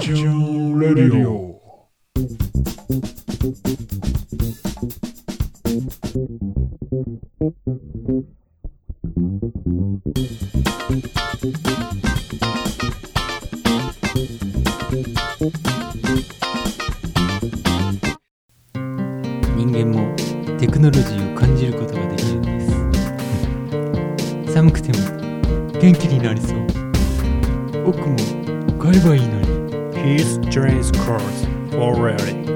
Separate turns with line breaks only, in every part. チューレディオ。
人間もテクノロジーを感じることができるんです寒くても元気になりそう僕も買えばいいのに
His trains cross already.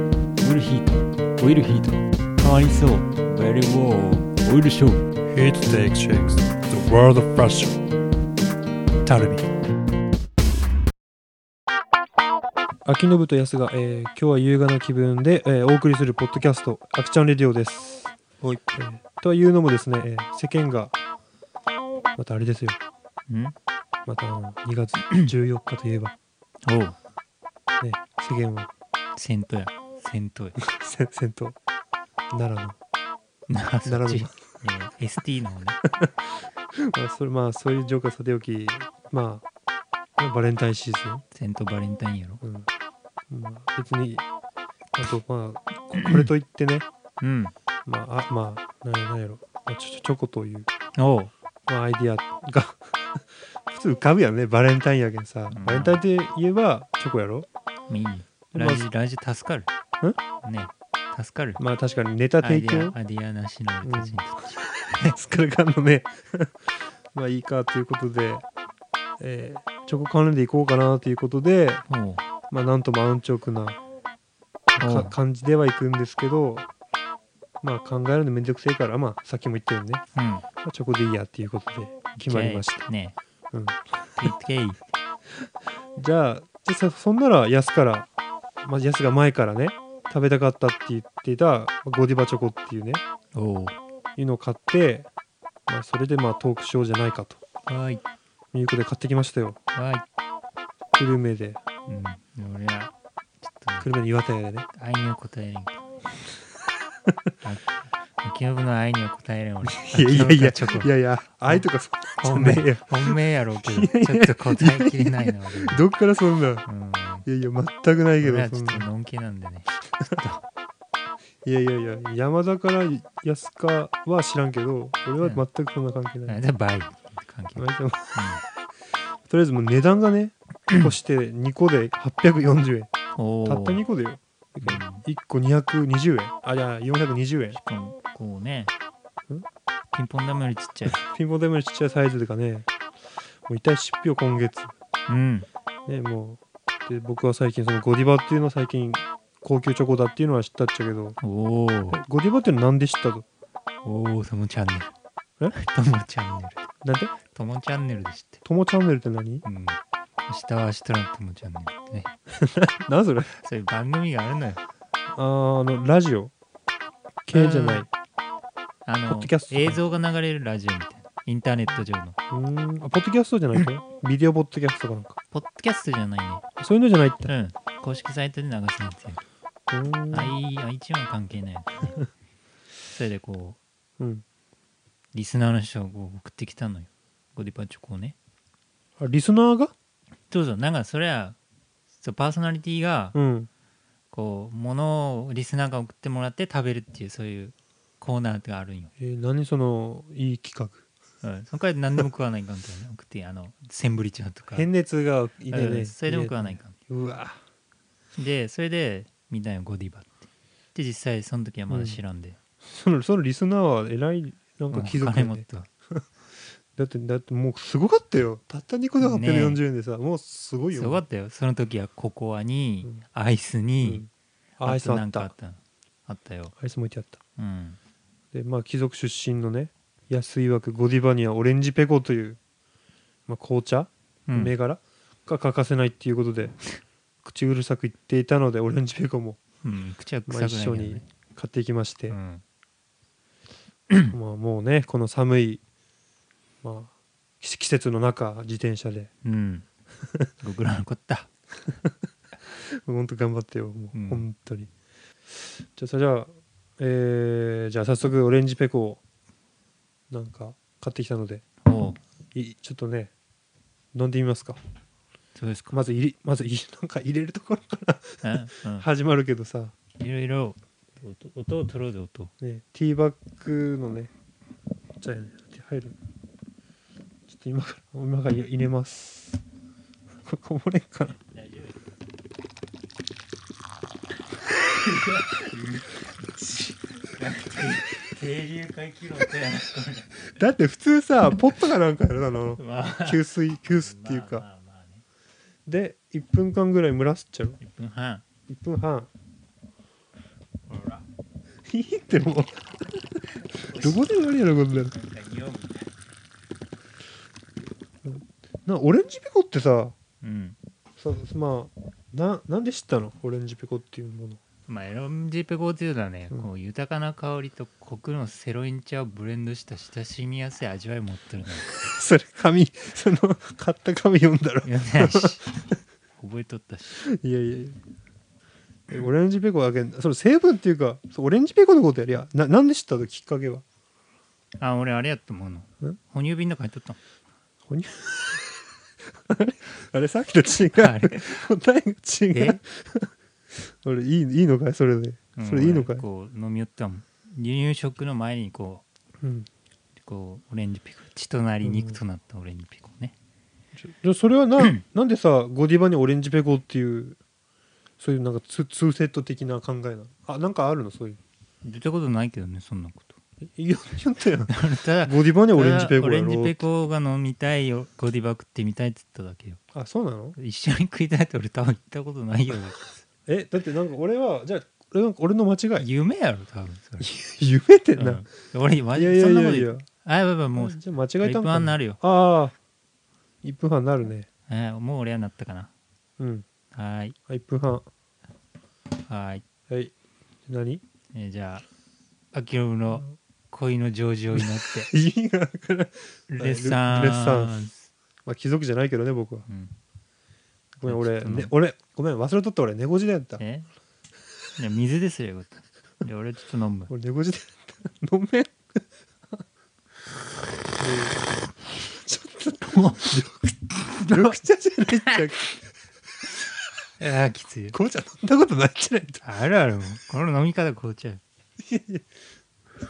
オイルヒートオイルヒート変わりそうベリーウォーオイルショー
It takes shakes the world of fashion. Tell me.
秋信と安が、えー今日は優雅な気分で、えーお送りするポッドキャスト「アキちゃんレディオ」です。
はい
えーとはいうのもですね、えー世間がまたあれですよ
ん
またあの2月 14日といえば、
おう
ね、世間は
戦闘や戦闘や
戦戦闘奈良の
なあそっ
奈
ち、
良
え
の
ー ST の方ね
まあそれまあそういうジョークはさておきまあバレンタインシーズン
戦闘バレンタインやろ
うんまあ、別にあとまあここれといってね
うん
まああまあなんやなんやろ、まあ、ちょちょチョコという、
おう
まあ、アイディアが 普通浮かぶやんねバレンタインやけんさ、
うん
バレンタインで言えばチョコやろ
いい
まあ
ラジラジ助かるね助かる
まあ確かにネタ
ア
提
イディ
供
アアイディアなしの俺たちにとって
スカルカンのねまあいいかということで、えーチョコ関連でいこうかなということで
おう
まあなんとも安直なか
おう
感じではいくんですけどまあ考えるのめんどくせえからまあさっきも言ったようにね
うん
まあチョコでいいやっていうことで決まりました。
ね
うん、
ケイケイ
じゃあじゃあさそんなら安から、まあ、安が前からね食べたかったって言ってたゴディバチョコっていうね
おう
いうのを買って、まあ、それでまあトークしようじゃないかと
わい
いうことで買ってきましたよ
わい
久留米で
うん俺はちょっとね
久留米の岩田屋でね
愛には答えれんけどあ秋信の愛には答えれん俺
いやいやいや
秋信がチョコ
いやいや愛とかそ
ほ
ん
ん
なん
ま
じゃねえよ
本命やろうけどちょっと答えきれないな俺は
どっからそんな
うん
いやいや全くないけ
俺
ど
はち
そ
ょ
ん
っと
な
のんきなんでね
いやいやいや山田から安かは知らんけど俺は全くそんな関係ない、
あじゃあバイ関係
ま
ない
あでもとりあえずもう値段がね1個して2個で840円
うんおお
たった2個でよ1個220円あいや420円
こうね
ん
ピンポン玉よりちっちゃい
ピンポン玉のちっちゃいサイズとかねもう痛い出費を今月
うん
ねもうで僕は最近そのゴディバっていうのは最近高級チョコだっていうのは知ったっちゃけど
おー
ゴディバっていうのなんで知ったと
おーともチャンネル
え
ともチャンネル
なんで
ともチャンネルで知って
友チャンネルって何
うん明日は明日のともチャンネルってね
何それ
そういう番組があるのよ
あーあのラジオ系じゃない
うんあ
ポ
の
ッドキャストとか
映像が流れるラジオみたいなインターネット上の
うーんあポッドキャストじゃないか ビデオポッドキャストかなんか
ポッドキャストじゃないね
そういうのじゃないって
うん公式サイトで流すやつや
うーん
I- iTunes は関係ないや つねそれでこう
うん
リスナーの人がこう送ってきたのよゴディパチョコをね
あリスナーが
そうそうなんかそれはそうパーソナリティが
うん
こう物をリスナーが送ってもらって食べるっていうそういうコーナーがあるんよ、
えー何そのいい企
うん、そのから何でも食わないかんとかね送ってあのセンブリ茶と
画
か
変熱がいいね
うん
ね
それでも食わないかん
うわ
でそれでみんなよゴディバってで実際その時はまだ知らんで、
そのそのリスナーは偉いなん
う
か
ん
貴
お
族
金
や
持っ
ね
た
だってだってもうすごかったよたった2個で840円でさ、もうすごいよ
すごかったよその時はココアに、
うん
アイスに、
うんアイスあ
な
っ
んか
た
あったのあったよ
アイスも置いてあった
うん
でまあ貴族出身のね安いわくゴディバニアオレンジペコという、まあ、紅茶、
うん
銘柄が欠かせないっていうことで 口うるさく言っていたのでオレンジペコも、
うん、口は臭
ま
く
あ、
ない
一
けど
緒
ね、
に買っていきまして、
うん
まあ、もうねこの寒い、まあ、季季節の中自転車で
うん、ご苦労のこった
本当頑張ってよもう、
うん
本当にじゃあさじゃあえーじゃあ早速オレンジペコをなんか買ってきたので
おう
いちょっとね飲んでみますか
そうですか。
まず入りまず入り なんか入れるところから
うんうん
始まるけどさ、
いろいろ音音を取ろうで音。
ね、ティーバッグのねじゃあね入るちょっと今から今から入れますここぼれんかな
定流回帰路
だって普通さポットかなんかやるだろあ
まあ
の給水給水っていう
ま
か
あまあまあね
で1分間ぐらい蒸らすっちゃろ
一分半。
1分半
ほら。
いいって もうどこでもありやろこんなの
なんか匂うもんね
なオレンジピコってさ
うん。
さまあななんで知ったのオレンジピコっていうもの
まあ、エロンジーペコーテューだね、
うん
こう豊かな香りとコクのセロイン茶をブレンドした親しみやすい味わいを持ってるのよ。
それ紙その買った紙読んだろ
読んでないし覚えとったし。
いやいやいやえオレンジペコだけその成分っていうかそうオレンジペコのことやりゃななんで知ったのきっかけは
あ、俺あれやと思うの
ん。
哺乳瓶の中入っとったの。
ほにあれさっきと違
あ
う
れ
答えが違う
え
俺いいいいのかいそれで
うん
それいいのかい
俺こう飲み寄ったもん。離乳食の前にこ
うん
う、こうオレンジピコ。血となり肉となったオレンジピコね。
じゃじゃそれは ななんでさゴディバにオレンジペコっていうそういうなんかツツーセット的な考えなのあなんかあるのそういう
出たことないけどね、そん なこと。
えいや言っ たやん
ただ、
ゴディバにオレンジペコ
オレ
や
ンジ
ろ
ペコが飲みたいよ。ゴディバ食ってみたいって言っただけよ。
あそうなの
一緒に食いたいって俺多分言ったことな いよ。
えだってなんか俺はじゃあ俺の俺の間違い
夢やろ、多分それ。
夢ってな、
うん俺、マ
い
ジ
やい
で
や
そ
い
んなこ
や
と
い
言う。
や
あ、やばいやばい、もう、
じゃあ間違えた
一分
んか
半になるよ。
ああ1分半になるね
えーもう俺はなったかな。
うん
はーい。
あ1分半は
はーい。
い何
えーじゃあ、アキロムの恋の成就を 祈って、
意味がわからん
レッサン。
レッサンまあ貴族じゃないけどね僕は
うん
ごめん
ちょ
俺、
っとな
ね、俺ごめん忘れとった俺猫時代やった
えいや水ですよ、よかったで俺ちょっと飲 む。
俺猫時代やった飲めんちょっともう緑茶じゃないっち
あー、きついよ
ゃ。紅茶飲んだことないんじゃないと
あるあるもん。この飲み方紅茶よ。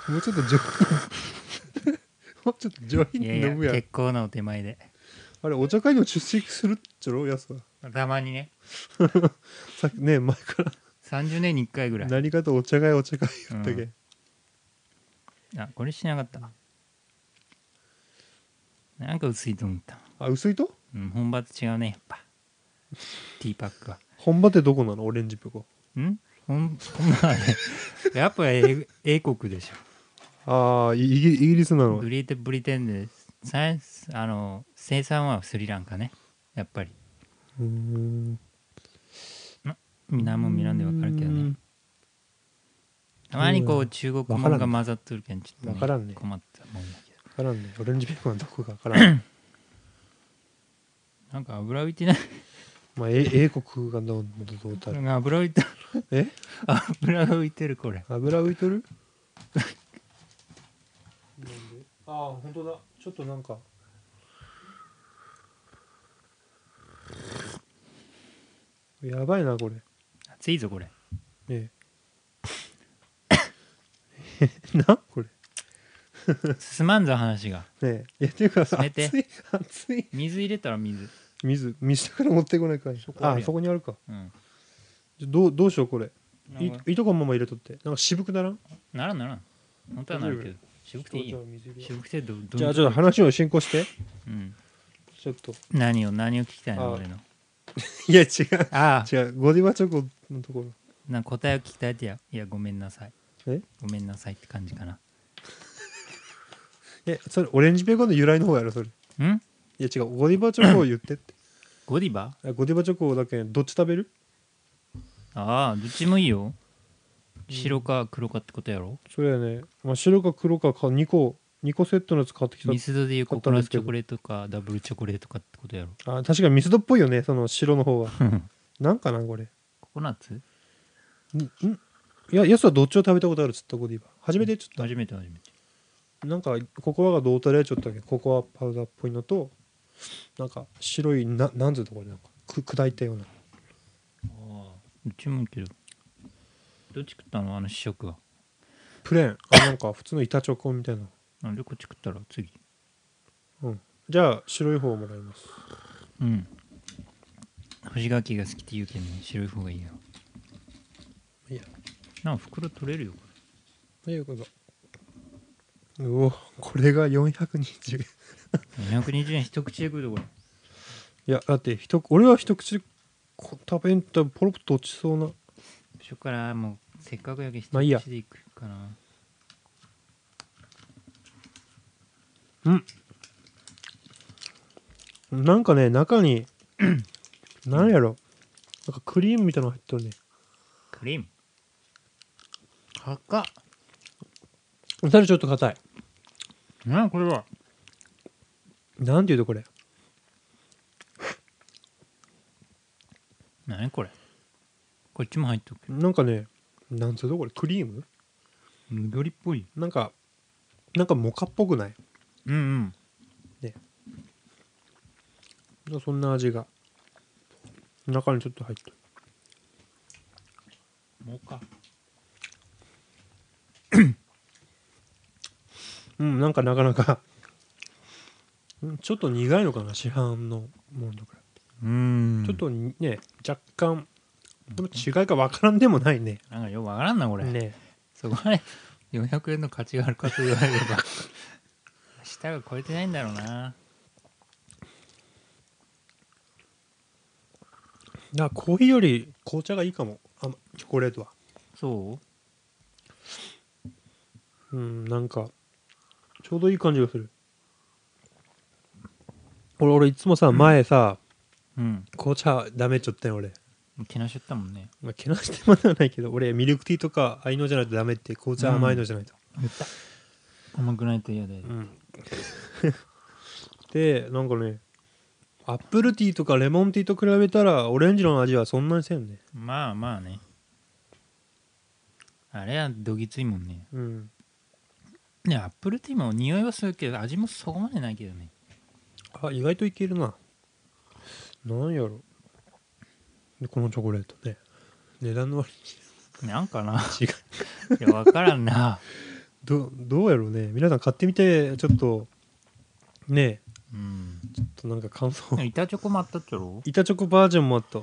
もうちょっ と上品もうちょっと上品
いや
に
いや、
飲むやん
結構なお手前で。
あれお茶会にも出席するっちゃろやつは
たまにね、
さっきね前から
30年に1回ぐらい。
何かとお茶会お茶会言ったけ、
うんあ、これしなかった。なんか薄いと思った。
あ薄いと
うん、本場と違うね、やっぱ。ティーパックは。
本場ってどこなのオレンジペコ
んほん、ほんまあれ。やっぱ英英国でし
ああイギリイギリスな
ょ。
の
ブリテブリテンで、サイあの、生産はスリランカね。やっぱり。
うーん
みんなもん見らんでわかるけど
うー
ね
ん。
たまにこう中国
わか
語
らん
が
ね
混ざっとるけん、ちょっ
わ
と
か
ね、
らんね
困ったもんだけど。
わからんねオレンジペコはどこかわから ん
なんか油浮いて ない。
まあえ英国がどうどうた
な
る
んか油浮いてる。
え
油が浮いてる、これ。
油浮いとるなんでああ本当だちょっとなんかやばいなこれ
熱いぞ、これ。
ねえ えなこれ
進まんぞ、話が。
ねえいやっていうかさ
冷
熱
て
い熱い
水入れたら水。
水水下から持ってこないかい
そこある
あ
やん
そこにあるか
うん。
じゃどうどうしようこれい
なんか
いとこまま入れとってなんか渋くならん
ならんならん。本当はなるけど。渋くていいよ。
水入れよ
渋くてど、ど
うんじゃあちょっと話を進行して
うん。
ちょっと
何を、何を聞きたいの
あ
俺の。
いや違う
ああ、
違うゴディバチョコのところ
な答えを聞きたいってや、いや、ごめんなさい。
え
ごめんなさいって感じかな。
えそれオレンジベーコンの由来の方やろそれい
ん
や違うゴディバチョコを言ってって
ゴディバ
あゴディバチョコだけどっち食べる
ああ、どっちもいいよ。白か黒かってことやろ
そうやね、まあ、白か黒かか2個2個セットのやつ買ってき
ミスドでいう
買
コ
った
コ
ん
ナ
で
ッ
す
ツ
け
チ
ど
ョコレートかダブルチョコレートかってことやろ
たあ確かにミスドっぽいよねその白の方がなんかなこれ
ココナッツ
んんいややつはどっちを食べたことあるっつったゴディバ初めてちょっと
初めて初めて。
なんかココアがどうたらやちょっとだけココアパウダーっぽいのとなんか白いななんつうとこれなんかく砕いたような
あーうちもけどどっち食ったのあの試食は
プレーンあなんか普通の板チョコみたいな
なんでこっち食ったら次
じゃあ白い方をもらいます
うん干し柿が好きって言うけどね白い方がいいよ
いや
なんか袋取れるよこ
ということうおこれが420円
れ220円一口で食うとこれ
いやだってひと俺は一口でこ食べんとポロッと落ちそうな
最初からもうせっかくやけん一
まあいいや
口でいくかな、
なんかね中に なんやろなんかクリームみたいなの入っとるね
クリーム高っ
それちょっと硬い
なあこれは
なんていうとこれ
何これこっちも入っとく
なんかねなんつうのこれクリーム
緑っぽい
なんかなんかモカっぽくない
うんうん
そんな味が中にちょっと入ってる
もうか
うんなんかなかなかうんちょっと苦いのかな市販のものとか、
うーん
ちょっとにね若干でも違いか分からんでもないね
なんかよくわからんなこれ、
ね
そこまで400円の価値があるかと言われれば下が超えてないんだろうな
だからコーヒーより紅茶がいいかもあチョコレートは
そ
うんなんかちょうどいい感じがする俺俺いつもさ前さ、
ううん
紅茶ダメっちゃったよ俺
気なしちゃったもんね
まあ、けなしてまではないけど俺ミルクティーとかああいうのじゃないとダメって紅茶甘いのじゃないと、
言った甘くないと嫌だよ、
でなんかねアップルティーとかレモンティーと比べたらオレンジの味はそんなにせんね
まあまあねあれはどぎついもんね
うん
ねアップルティーも匂いはするけど味もそこまでないけどね
あ意外といけるななんやろでこのチョコレートね値段の割
なんかな
に違う
いやわからんな
どどうやろうね皆さん買ってみてちょっとね
うん
ちょっとなんか感想
板チョコもあったっちゃろ
板チョコバージョンもあったい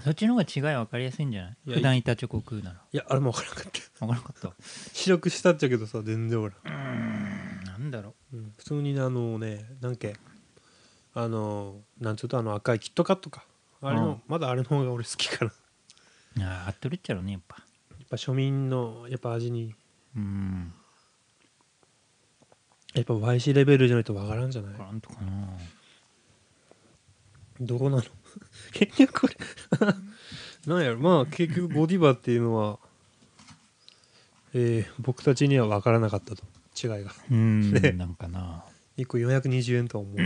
そっちの方が違い分かりやすいんじゃない
いや
普段板チョコ食うなら
やあれも分からなかった
分からなかった
試食したっちゃけどさ全然ほら
なんだろ
うん普通にねあのねなんけあのなんちょっとあの赤いキットカットかあれの、
うん
まだあれの方が俺好きかな
うああ合ってるっちゃろうねやっぱ
やっぱ庶民のやっぱ味に
うん
やっぱ YC レベルじゃないとわからんじゃない
分からんとかな
どこなの 結局これ なんやろまあ結局ゴディバっていうのはえー僕たちには分からなかったと違いが
うん
ね
なんかな
1個420円と は思う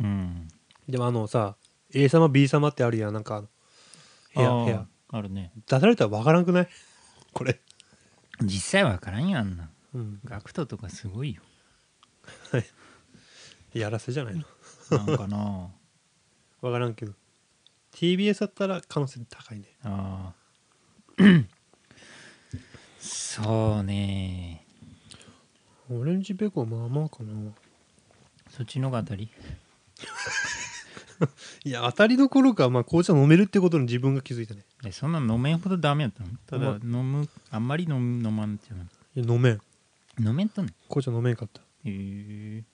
うん
でもあのさ A 様 B 様ってあるやんなんか部
あ
屋
ー
部屋
あるね
出されたら分からんくないこれ
実際分からんよあんな
うん
学徒とかすごいよ
やらせじゃないの
なんか な
分からんけど TBS だったら可能性高いね
あーそうね
オレンジベーコンまあまあかな
そっちの方が当たり
いや当たりどころか、まあ、紅茶飲めるってことに自分が気づいたね
えそんな飲めんほどダメやったのただ
う
飲むあんまり飲む飲まんっていうの
いや飲めん
飲めんとね
紅茶飲めんかった
へえ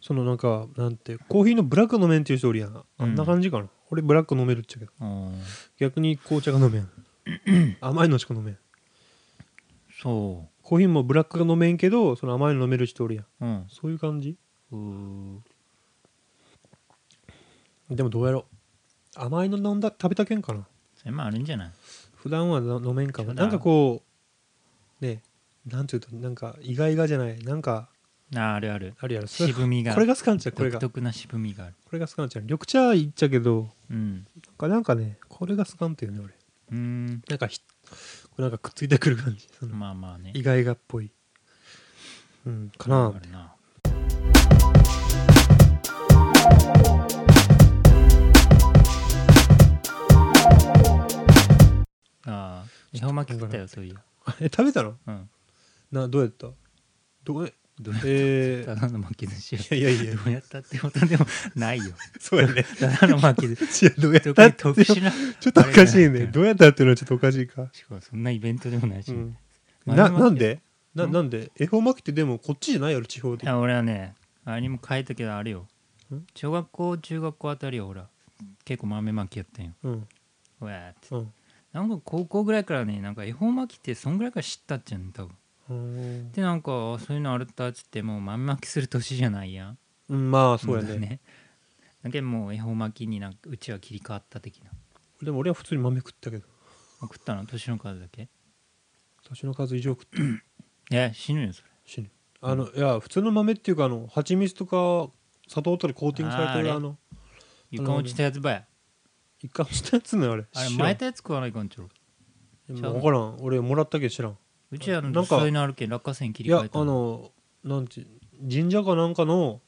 そのなんかなんてコーヒーのブラック飲めんっていう人おるやんあんな感じかな、俺ブラック飲めるっちゃけど
あー
逆に紅茶が飲めん 甘いのしか飲めん
そ
コーヒーもブラックが飲めんけどその甘いの飲める人おるやん
ううん
そういう感じ
うー
でもどうやろう甘いの飲んだ食べたけんかな
それもあるんじゃない
普段はの飲めんかも
そうだ
なんかこうねなんていうとなんか意外がじゃないなんか
ああるある
あるやろそれ
渋みが
これが好かんちゃうこれ
独
がこ
特な渋みがある
れが好かんちゃう緑茶いっちゃけど
うん
なんかなんかねこれが好かんっていうね俺
うーん
なんかひこれなんかくっついてくる感じその
まあまあね
意外がっぽいうんか
わ
な
かるなが巻き食ったよそういう
え食べたの
うん
などうやったどこで
どうやった
え
ただの巻き寿司
ー、いやいやいや
どうやったってことでもないよ
そうやね
ただの巻き 寿司
いやどうやった
特
っ
に
ていう
特殊な
ちょっとおかしい
あれじゃな
ね
い
どうやったっていうのはちょっとおかしいか、
しかもそんなイベントでもないし、
うん、
まあ
な
でも
なんでな
うん
なんで恵方巻きってでもこっちじゃないやろ地方
い
で
や俺はねあれにも書いたけどあれよ
ん
小学校中学校あたりはほら結構豆まきやったんよ
うん
うわーって
うん
なんか高校ぐらいからねなんか恵方巻きってそんぐらいから知ったっちゃうね多分
うん
でなんかあそういうのあるったっつってもう豆まきする年じゃないやん
うんまあそうや
も
ね
だけどもう恵方巻きになんかうちは切り替わった的な
でも俺は普通に豆食ったけど
あ食ったの年の数だけ
年の数以上食った
え死ぬよそれ
しねあのいや普通の豆っていうかあの蜂蜜とか砂糖とかでコーティングされてる
あーあれ
あの
床落ちたやつばや
一貫したやつのあれ
あれ
知らん
巻いたやつ食わないかんちょろちゃう
分からん俺もらったけど知らん
うちはあ
な
の
んか
そういうのあるけん落花生に切
い
り替
や
えた
あのなんて神社かなんかの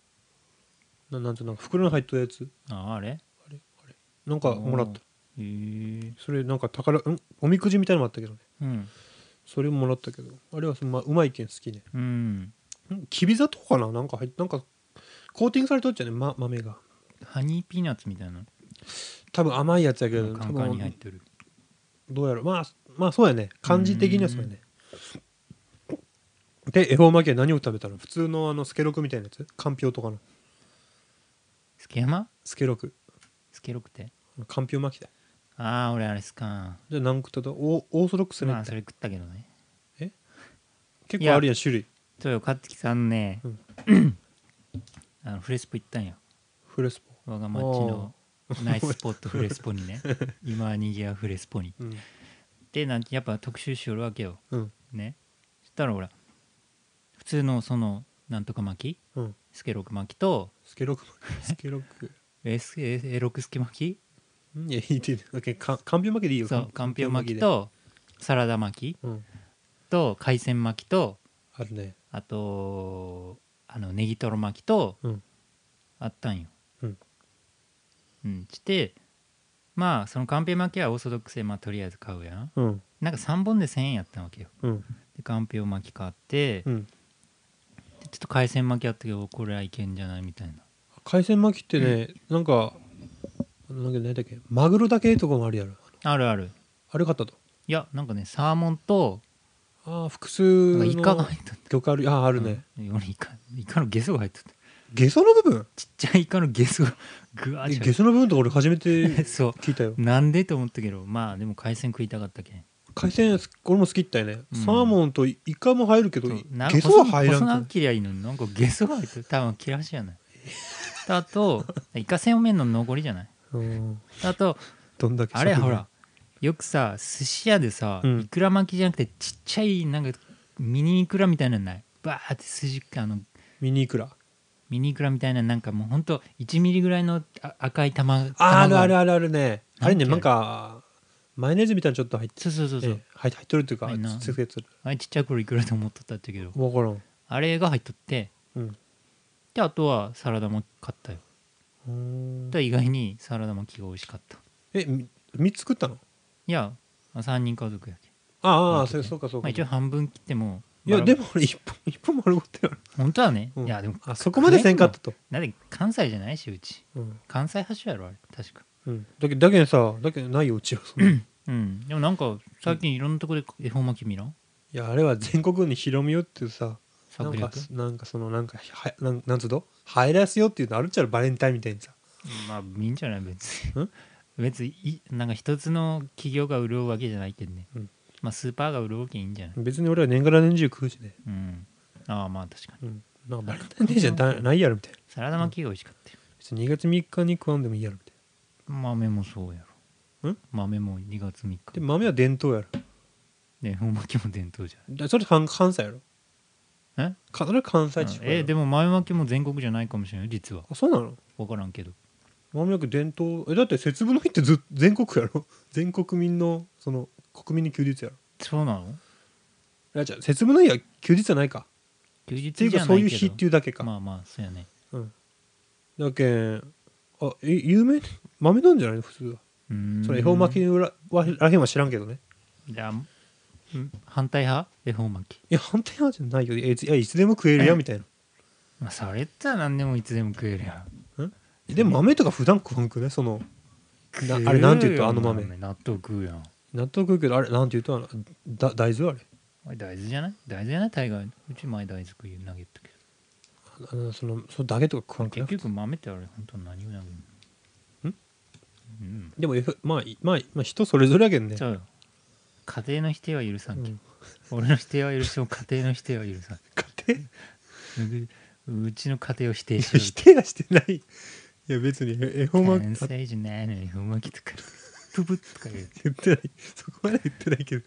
ななんていうの袋に入ったやつ
ああれへ
なんかもらっ
おー
た
え
それなんか宝んおみくじみたいなのもあったけどね
うん
それもらったけどあれはそのまうまいけん好きね
うん
んきび砂糖かななんか入っなんかコーティングされとっちゃうね、ま、豆が
ハニーピーナッツみたいな
多分甘いやつやけど
のカ
多
ンカンに入っ
分
てる
どうやろうまあまあそうやね感じ的にはそうやねで恵方巻きは何を食べたの普通のあのスケロクみたいなやつかんぴょうとかの
スケヤマ
スケロク
スケロクて
かんぴょう巻きだ
ああ俺あれっすかん
じゃあ何食ったとオーオーソドックスね
まあそれ食ったけどね
結構あるやん種類
そうよ勝木さんね、
うん
あのフレスポ行ったんや
フレスポ
我が町のナイススポットフレスポにね今はにぎやフレスポに
うん
でなんやっぱ特集しよるわけよ
うん
ねそしたらほら普通のそのなんとか巻き
うん
スケロク巻きと
スケロ クスケロク
えスええロクスケ巻
うんいやいいってだけかかんぴょう巻きでいい
き
よ
そうかんぴょう巻き
で
とサラダ巻き
うん
と海鮮巻きと
あるね
あとあのネギトロ巻きと、
うん
あったんよ
うん、
うん、してまあそのカンペ巻きはオーソドックスで、まあ、とりあえず買うやん
うん
なんか3本で1000円やったわけよ
うん
でかんぴょう巻き買って、
うん
でちょっと海鮮巻きあったけどこれはいけんじゃないみたいな
海鮮巻きってねなんかなんか何だっけマグロだけとかもあるやろ
あるある
あれ買ったと
いやなんかねサーモンと
ああ複
な
数
ん
の
かイカが入っとっ
魚介類あああ
た
るね、
うん俺イカイカのゲソが入っとった
ゲソの部分
ちっちゃいイカのゲソがぐわ
え
ー
ゲ
じ
ソの部分とか俺初め て
ゃそう
聞いたよ
なんでと思ったけどまあでも海鮮食いたかったけん
海鮮俺も好きったよね、
うん
サーモンとイカも入るけど
そうな
ゲソは入ら
細細
ん
長く
け
切りゃいいのになんかゲソが入ってる多分切らしやないとあ とイカせんお麺の残りじゃない
どうん
とあと
どんだけ
あれほらよくさ寿司屋でさ、
うん
いくら巻きじゃなくてちっちゃいなんかミニイクラみたいなのないバーって筋あの
ミニイクラ
ミニイクラみたいななんかもうほんと1ミリぐらいのあ赤い玉
ああるあるあ
ある
るあるねあれねな
なんん
かマヨネーズみたいなのちょっと入って
そうそうそうそう、
ええ入って入ってるっていうか
はいな
つつけてる
あれちっちゃい頃いくらと思っとったっちゃけど
分からん
あれが入っとって
うん
であとはサラダ巻き買ったよ
うーん
と意外にサラダ巻きが美味しかった
えみ三つ作ったの
いや3人家族やけ、
あ
な
あ
んて
そ
ね
うそうかそう
まあ、
かい
一応半分切っても
やで
も
も俺一本一本丸ごとやろ
本当はね、
うん
いやでも
あそこまでせんかったと
だって関西じゃないしうち
うん
関西発祥やろあれ確か
うんだけだけどさだけどないようちはそんな
うんでもなんか最近いろんなとこで恵方巻き見らん
いやあれは全国に広めようっていうさな
策
んか
略
なんかそのなんかはなんなんつうの入らせようっていうのあるんちゃうバレンタインみたいにさ
まあ見んじゃない別に
ん
別にいなんか一つの企業が潤うわけじゃないけどね、
うん
まあスーパーが潤うわけいいんじゃない
別に俺は年がら年中食うしね
うんああまあ確かに
うんなんかバレンタインデーじゃなないやろみたいな
サラダ巻きが美味しかったよ
別に2月3日に食わんでもいいやろみたいな
豆もそうやろ
ん
豆も2月3
で
日
豆は伝統やろ
で恵方巻きも伝統じゃない
だそれ関関西やろ
え
かそれ関西地方やろ
えでも前巻きも全国じゃないかもしれないよ実は
あそうなの
分からんけど
豆よく伝統えだって節分の日ってず全国やろ全国民のその国民の休日やろ
そうなの
いやじゃあ節分の日は休日じゃないか
休日
っていう
じ
か
ゃ
そ
な
う
い
いう
けど
日っていうだけか、
まあまあそうやね
だけんあえ有名豆なんじゃないの普通は
うーん
その恵方巻きの裏はらへんは知らんけどね
じゃあ
うん
反対派恵方巻き、
いや反対派じゃないよえいついやいつでも食えるやみたいな
まあ、それったら何でもいつでも食えるや
でも豆とか普段食わんくねそのなんあれなんて言うとあの
食える
豆
よ納豆食うや
納
ん
豆食うけどあれなんて言うとあのだ大豆あれ
お前大豆じゃない大豆じゃない大概うち前大豆食うよ投げたけど
あのそのそのだけとか食わんく
結
ね
局豆ってあれ本当何を投げるの
ん
うん
でもえふまあいまあまあ人それぞれやけんね
そうよ家庭の否定は許さんけ、
うん
俺の否定は許しても家庭の否定は許さん
家庭
うちの家庭を否定し ろ
否定はしてないいや別にえ恵方巻
天
き
才じゃないのに恵方巻きとかププッとか言う
言ってないそこまで言ってないけど